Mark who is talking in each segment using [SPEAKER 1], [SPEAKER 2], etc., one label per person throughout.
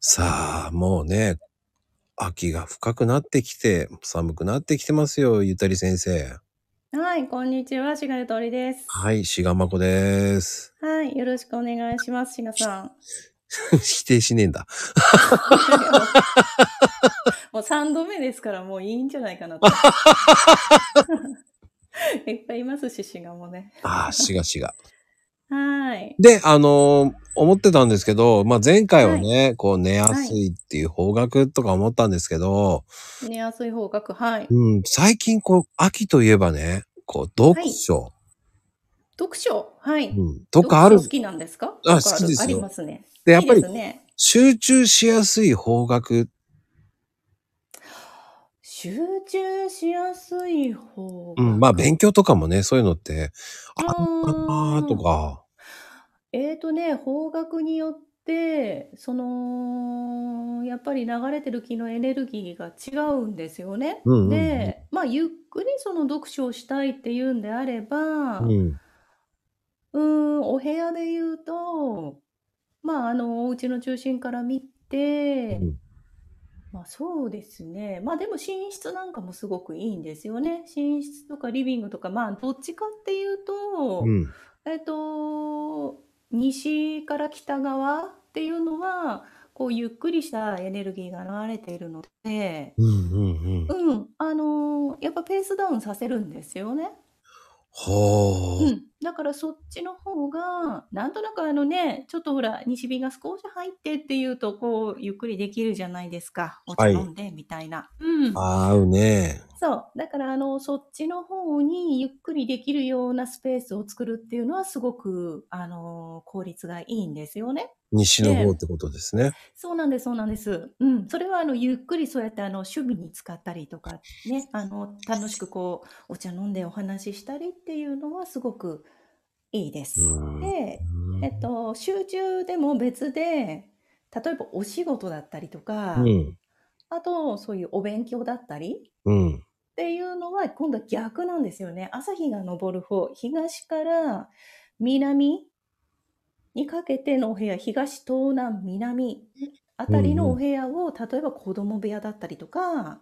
[SPEAKER 1] さあ、もうね、秋が深くなってきて、寒くなってきてますよ、ゆとり先生。
[SPEAKER 2] はい、こんにちは、しがゆとりです。
[SPEAKER 1] はい、しがまこです。
[SPEAKER 2] はい、よろしくお願いします、しがさん。
[SPEAKER 1] 否定しねえんだ。
[SPEAKER 2] もう3度目ですから、もういいんじゃないか なと。いっぱいいますし、しがもね。
[SPEAKER 1] ああ、しがしが。
[SPEAKER 2] はい。
[SPEAKER 1] で、あのー思ってたんですけど、まあ、前回はね、はい、こう寝やすいっていう方角とか思ったんですけど、
[SPEAKER 2] はい、寝やすい方角、はい。
[SPEAKER 1] うん、最近こう、秋といえばね、こう、読書。はい、
[SPEAKER 2] 読書はい。
[SPEAKER 1] うん、とかある。
[SPEAKER 2] 好きなんですか
[SPEAKER 1] あ、好きです
[SPEAKER 2] ありますね。
[SPEAKER 1] で、やっぱり、集中しやすい方角
[SPEAKER 2] 集中しやすい方
[SPEAKER 1] うん、まあ勉強とかもね、そういうのって、あんなとか。
[SPEAKER 2] えーとね、方角によって、その、やっぱり流れてる気のエネルギーが違うんですよね。
[SPEAKER 1] うんうんうん
[SPEAKER 2] で、まあ、ゆっくりその読書をしたいっていうんであれば、
[SPEAKER 1] う。
[SPEAKER 2] うんーん、お部屋で言うと、まあ、あの、お家の中心から見
[SPEAKER 1] う
[SPEAKER 2] て、
[SPEAKER 1] ん。
[SPEAKER 2] まあ、そうですね。まあ、でも寝室なんかもすごくいいんですよね。寝室とかリビングとか、まあ、どっちかっていう
[SPEAKER 1] う
[SPEAKER 2] と、
[SPEAKER 1] ん。
[SPEAKER 2] えっと、西から北側っていうのはこうゆっくりしたエネルギーが流れているので、
[SPEAKER 1] うんうんうん。
[SPEAKER 2] うん、あのーやっぱペースダウンさせるんですよね。
[SPEAKER 1] ほ
[SPEAKER 2] う
[SPEAKER 1] ー。
[SPEAKER 2] ん、だからそっちの方がなんとなくあのねちょっとほら西日が少し入ってっていうとこうゆっくりできるじゃないですかお
[SPEAKER 1] は
[SPEAKER 2] 茶
[SPEAKER 1] い。
[SPEAKER 2] 飲んでみたいな。うん、
[SPEAKER 1] 合うね。
[SPEAKER 2] そうだからあのそっちの方にゆっくりできるようなスペースを作るっていうのはすごくあのー効率がいいんですよね。
[SPEAKER 1] 西の方っ
[SPEAKER 2] で
[SPEAKER 1] てことですね。
[SPEAKER 2] そうなんです、そうなんです。うん、それはあのゆっくりそうやってあの趣味に使ったりとか ね、あの楽しくこうお茶飲んでお話ししたりっていうのはすごくいいで
[SPEAKER 1] う
[SPEAKER 2] す。
[SPEAKER 1] ん。う
[SPEAKER 2] で、えっ
[SPEAKER 1] ん。
[SPEAKER 2] と集中でも別で、例えばお仕事だったりと
[SPEAKER 1] う
[SPEAKER 2] か、
[SPEAKER 1] ん。
[SPEAKER 2] あとそういうお勉強だったり
[SPEAKER 1] うん。
[SPEAKER 2] っていうのは今度は逆なんですよね。朝日が昇る方、東から南にかけてのお部屋、東、東南、南
[SPEAKER 1] う
[SPEAKER 2] あたり
[SPEAKER 1] ん
[SPEAKER 2] の
[SPEAKER 1] う
[SPEAKER 2] お
[SPEAKER 1] ん。
[SPEAKER 2] 部屋を、例えば子供部屋だったりとか、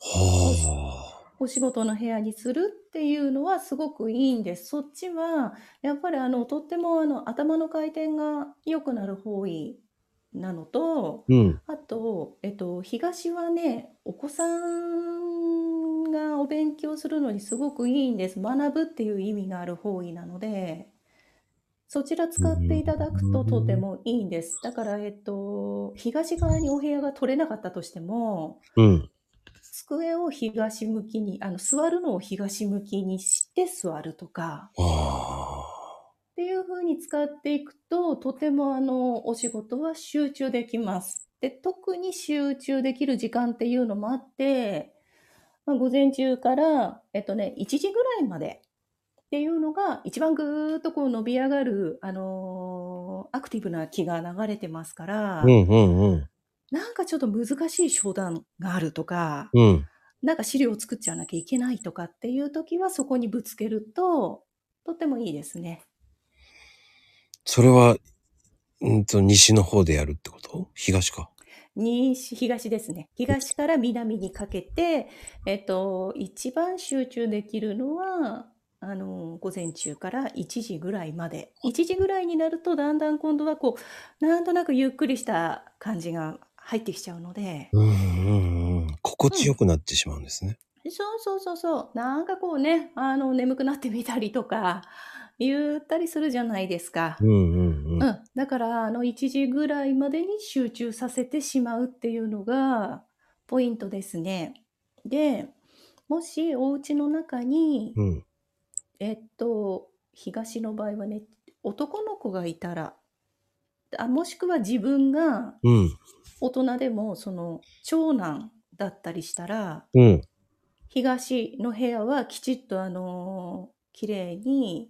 [SPEAKER 2] おし
[SPEAKER 1] は
[SPEAKER 2] お仕事の部屋にするっていうのはすごくいいんです。そっちは、やっぱりあの、とってもあの、頭の回転が良くなる方位なのと、
[SPEAKER 1] ー。うん。
[SPEAKER 2] あと、えっと、東はね、お子さんがお勉強するのにすごくいいんです。学ぶっていう意味がある方位なので。そちら
[SPEAKER 1] う
[SPEAKER 2] 使っていただくととて
[SPEAKER 1] ん。
[SPEAKER 2] もいいんです。だから、えっと、東側にお部屋が取れなかったとしても、
[SPEAKER 1] うん。
[SPEAKER 2] 机を東向きに、あの、座るのを東向きにして座るとか、
[SPEAKER 1] はー。
[SPEAKER 2] っていう風に使っていくと、とてもあの、お仕事は集中できます。で、特に集中できる時間っていうのもあって、まあ、午前中から、えっとね、1時ぐらいまでっていうのが、一番ぐーっとこう伸び上がる、あのーアクティブな気が流れてますか
[SPEAKER 1] う
[SPEAKER 2] ら、
[SPEAKER 1] んうんうん。
[SPEAKER 2] なんかちょっと難しい商談があるとか、
[SPEAKER 1] うん。
[SPEAKER 2] なんか資料を作っちゃわなきゃいけないとかっていう時は、そこにぶつけると、とってもいいですね。
[SPEAKER 1] それは、うんと、西の方でやるってこと東か。
[SPEAKER 2] 西、東ですね。東から南にかけて、えっと、一番集中できるのは、あの、午前中から1時ぐらいまで。1時ぐらいになると、だんだん今度はこう、なんとなくゆっくりした感じが入ってきちゃうので、
[SPEAKER 1] うんうんうん。心
[SPEAKER 2] う
[SPEAKER 1] 地よ
[SPEAKER 2] ん。
[SPEAKER 1] くなってしまうんですね。
[SPEAKER 2] そうそうそうそう。なんかこうね、あの、眠くなってみたりとか、ゆったりするじゃないです
[SPEAKER 1] う
[SPEAKER 2] か。
[SPEAKER 1] んうんう。
[SPEAKER 2] うんん。だから、あの、1時ぐらいまでに集中させてしまうっていうのが、ポイントですね。で、もし、お家の中に、
[SPEAKER 1] うん。
[SPEAKER 2] えっと、東の場合はね、男の子がいたら、あ、もしくは自分が
[SPEAKER 1] うん。
[SPEAKER 2] 大人でも、その、長男だったりしたら、
[SPEAKER 1] うん。
[SPEAKER 2] 東の部屋はきちっと、あの綺麗に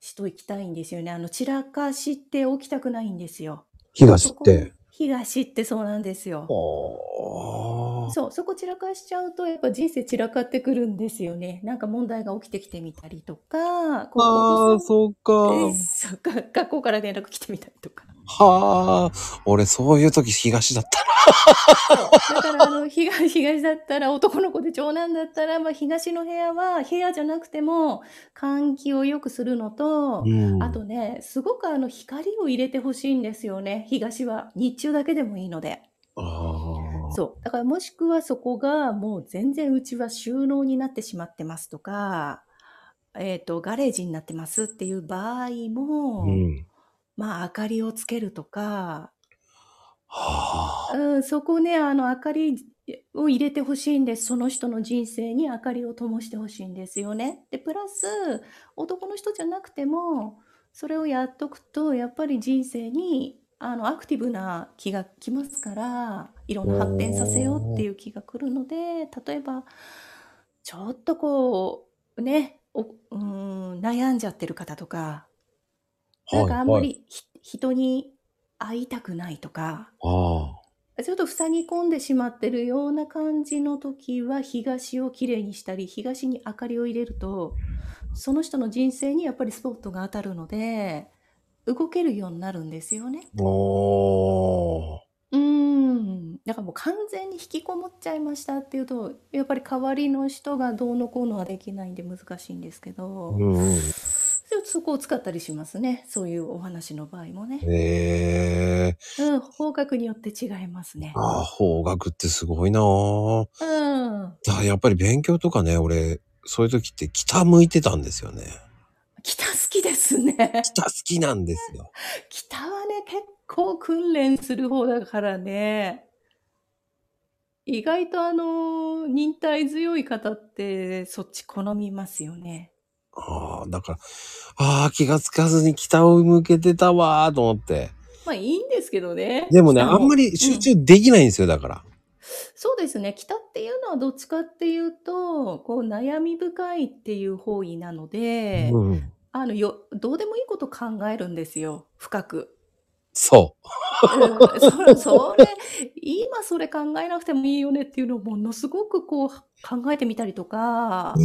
[SPEAKER 2] しときたいんですよね。あの、散らかしておきたくないんですよ。
[SPEAKER 1] 東
[SPEAKER 2] そ
[SPEAKER 1] っ
[SPEAKER 2] こに、
[SPEAKER 1] て。
[SPEAKER 2] 東ってそうなんですよ。
[SPEAKER 1] ああ。
[SPEAKER 2] そう、そこ散らかしちゃうと、やっぱ人生散らかってくるんですよね。なんか問題が起きてきてみたりとか、こ
[SPEAKER 1] あ
[SPEAKER 2] う、お子さ
[SPEAKER 1] あ、
[SPEAKER 2] ん、
[SPEAKER 1] そうか。
[SPEAKER 2] えそうか学校から連絡来てみたりとか。
[SPEAKER 1] はあ、俺そういう時東だったな。
[SPEAKER 2] だからあの 東東だったら男の子で長男だったら、まあ、東の部屋は部屋じゃなくても換気を良くするのと、
[SPEAKER 1] うん
[SPEAKER 2] あとねすごくあの光を入れてほしいんですよね東は日中だけでもいいので
[SPEAKER 1] ああ。
[SPEAKER 2] そうだからもしくはそこがもう全然うちは収納になってしまってますとか、えー、とガレージになってますっていう場合も、
[SPEAKER 1] うん。
[SPEAKER 2] まあ明かりをつけるとか
[SPEAKER 1] はあ。
[SPEAKER 2] うん、そこね、あの、明かりを入れてほしいんです。その人の人生に明かりを灯してほしいんですよね。で、プラス、男の人じゃなくても、それをやっとくと、やっぱり人生に、あの、アクティブな気が来ますから、いろんな発展させようっていう気が来るので、例えば、ちょっとこう、ね、お、うーん、悩んじゃってる方とか、なんかあんま
[SPEAKER 1] はい、はい。
[SPEAKER 2] りひ人に会いたくないとか、
[SPEAKER 1] あ
[SPEAKER 2] ちょっと塞ぎ込んでしまってるような感じの時は東をきれいにしたり東に明かりを入れるとその人の人生にやっぱりスポットが当たるので動けるようになるんですよね。
[SPEAKER 1] あ。おー。
[SPEAKER 2] うーんだからもう完全に引きこもっちゃいましたっていうとやっぱり代わりの人がどうのこうのはできないんで難しいんですけど
[SPEAKER 1] うんうん。
[SPEAKER 2] ちょっとそこを使ったりしますねそういうお話の場合もね。
[SPEAKER 1] ええ
[SPEAKER 2] うん方角によって違いますね。
[SPEAKER 1] ああ、方角ってすごいなあ
[SPEAKER 2] うん
[SPEAKER 1] だからやっぱり勉強とかね、俺、そういう時って北向いてたんですよね。
[SPEAKER 2] 北好きですね。
[SPEAKER 1] 北好きなんですよ。
[SPEAKER 2] 北はね、結構訓練する方だからね。意外とあの、忍耐強い方ってそっち好みますよね。
[SPEAKER 1] ああ、だから、ああ、気がつかずに北を向けてたわーと思って。
[SPEAKER 2] まあいいんですけどね。
[SPEAKER 1] でもね、
[SPEAKER 2] 北
[SPEAKER 1] あんまり集中できないんですよ、だから。
[SPEAKER 2] そうですね。北っていうのはどっちかっていうと、こう悩み深いっていう方位なので、
[SPEAKER 1] うん。
[SPEAKER 2] あのよ、どうでもいいこと考えるんですよ。深く。
[SPEAKER 1] そ
[SPEAKER 2] うんそそれ、今それ考えなくてもいいよねっていうのをものすごくこう考えてみたりとか
[SPEAKER 1] う。、う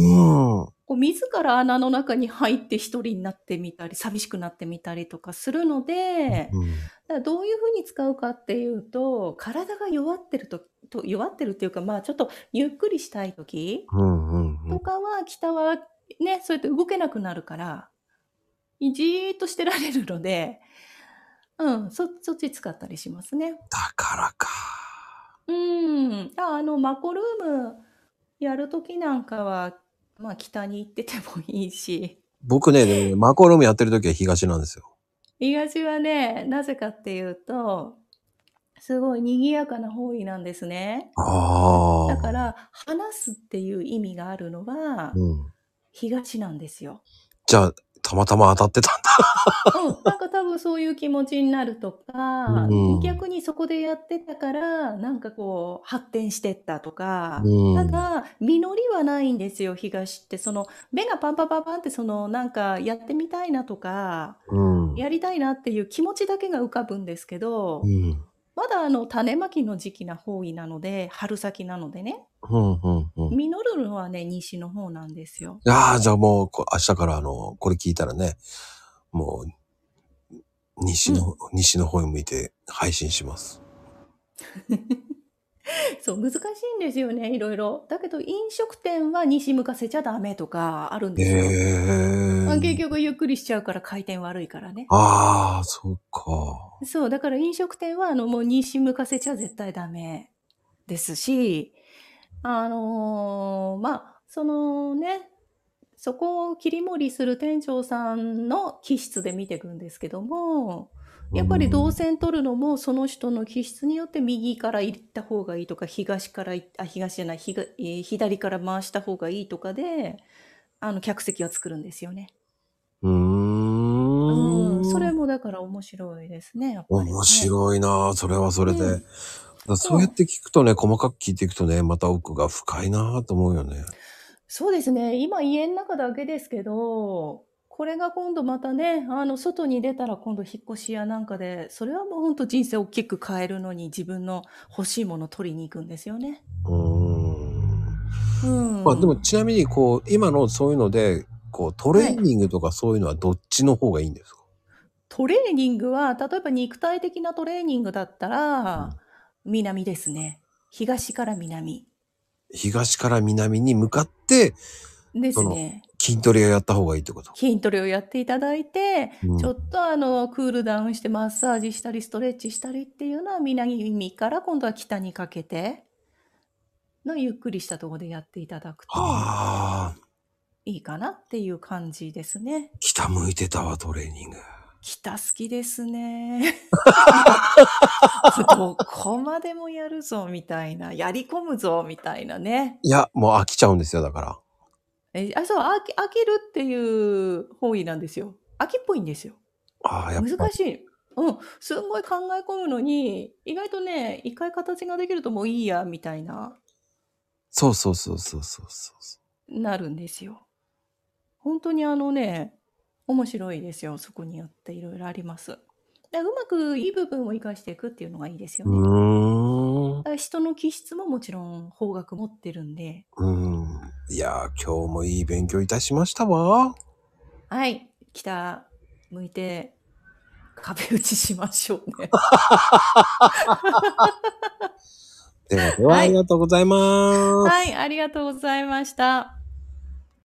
[SPEAKER 1] ん。
[SPEAKER 2] こう自ら穴の中に入って一人になってみたり、寂しくなってみたりとかするので、
[SPEAKER 1] うん
[SPEAKER 2] だからどういうふうに使うかっていうと、体が弱ってるとと、弱ってるっていうか、まあちょっとゆっくりしたい時
[SPEAKER 1] うんうんう
[SPEAKER 2] と
[SPEAKER 1] ん。
[SPEAKER 2] かは、北はね、そうやって動けなくなるから、じーっとしてられるので、うん、そ、そっち使ったりしますね。
[SPEAKER 1] だからか。
[SPEAKER 2] うん、ああの、マコルームやるときなんかは、まあ、北に行っててもいいし、
[SPEAKER 1] 僕ね、でもねマコロームやってる時は東なんですよ。
[SPEAKER 2] 東はね、なぜかっていうと、すごい賑やかな方位なんですね。
[SPEAKER 1] ああ。
[SPEAKER 2] だか、ら、話すっていう意味があるのは、
[SPEAKER 1] うん。
[SPEAKER 2] 東なんですよ。
[SPEAKER 1] じゃあ、たまたま当たってたんだ。
[SPEAKER 2] うん、 なんか多分そういう気持ちになるとか、
[SPEAKER 1] うん
[SPEAKER 2] 逆にそこでやってたから、なんかこう、発展してったとか、
[SPEAKER 1] うん
[SPEAKER 2] ただ、実りはないんですよ、東って。その、目がパンパンパンパンって、その、なんか、やってみたいなとか、
[SPEAKER 1] うん。
[SPEAKER 2] やりたいなっていう気持ちだけが浮かぶんですけど、
[SPEAKER 1] うん。
[SPEAKER 2] まだあの、種まきの時期な方位なので、春先なのでね、
[SPEAKER 1] うんうんうん。
[SPEAKER 2] 実るのはね、西の方なんですよ。
[SPEAKER 1] ああ、じゃあもうこ、明日からあの、これ聞いたらね、もう、西の、西の方に向いて配信します。
[SPEAKER 2] そう、難しいんですよね、いろいろ。だけど、飲食店は西向かせちゃダメとかあるん
[SPEAKER 1] へ
[SPEAKER 2] ですよ。まあ
[SPEAKER 1] え。
[SPEAKER 2] 結局ゆっくりしちゃうから回転悪いからね。
[SPEAKER 1] ああ、そうか。
[SPEAKER 2] そう、だから飲食店は、あの、もう西向かせちゃ絶対ダメですし、あのーまあ、そのね、そこを切り盛りする店長さんの気質で見ていくんですけども、やっぱり動線取るのもその人の気質によって右から行った方がいいとか、東からい、あ、東じゃない、ひがえー左から回した方がいいとかで、あの、客席は作るんですよね。
[SPEAKER 1] うん。
[SPEAKER 2] う
[SPEAKER 1] うー
[SPEAKER 2] ん、
[SPEAKER 1] ん。
[SPEAKER 2] それもだから面白いですね、やっぱり、ね。
[SPEAKER 1] 面白いなあそれはそれで。
[SPEAKER 2] うん
[SPEAKER 1] だからそうやって聞くとね、細かく聞いていくとね、また奥が深いなあと思うよね。
[SPEAKER 2] そうですね。今家の中だけですけど、これが今度またね、あの、外に出たら今度引っ越しやなんかで、それはもうほんと人生大きく変えるのに自分の欲しいものを取りに行くんですよね。
[SPEAKER 1] うーん。
[SPEAKER 2] うん。
[SPEAKER 1] まあでもちなみにこう今のそういうのでこうトレーニングとかそういうのはどっちの方がいいんですか、
[SPEAKER 2] トトレーニングは、例えば肉体的なトレーニングだったら、南ですね。東から南。
[SPEAKER 1] 東から南に向かって
[SPEAKER 2] ですね。
[SPEAKER 1] 筋トレをやった方がいいってこと。
[SPEAKER 2] 筋トレをやっていただいて、
[SPEAKER 1] うん
[SPEAKER 2] ちょっとあの、クールダウンしてマッサージしたり、ストレッチしたりっていうのは、南から今度は北にかけてのゆっくりしたところでやっていただくと
[SPEAKER 1] ああ、
[SPEAKER 2] いいかなっていう感じですね。
[SPEAKER 1] 北向いてたわ、トレーニング。
[SPEAKER 2] 北好きです ね。どこまでもやるぞみたいな、やり込むぞみたいなね。
[SPEAKER 1] いや、もう飽きちゃうんですよ、だから。
[SPEAKER 2] えあそう飽き、飽きるっていう方位なんですよ。飽きっぽいんですよ。
[SPEAKER 1] ああ、やっぱ
[SPEAKER 2] 難しい。うん、すんごい考え込むのに、意外とね、一回形ができるともういいや、みたいな、
[SPEAKER 1] そうそうそうそうそうそう。
[SPEAKER 2] なるんですよ。本当にあのね、面白いですよ。そこによっていろいろあります。でうまくいい部分を生かしていくっていうのがいいですよね。だ
[SPEAKER 1] うーん。
[SPEAKER 2] から人の気質ももちろん方角持ってるんで。
[SPEAKER 1] うん。いやー、今日もいい勉強いたしましたわ。
[SPEAKER 2] はい、北向いて壁打ちしましょう ね。
[SPEAKER 1] ではでは、
[SPEAKER 2] は
[SPEAKER 1] あ
[SPEAKER 2] い
[SPEAKER 1] りがとうございます。
[SPEAKER 2] はい、ありがとうございました。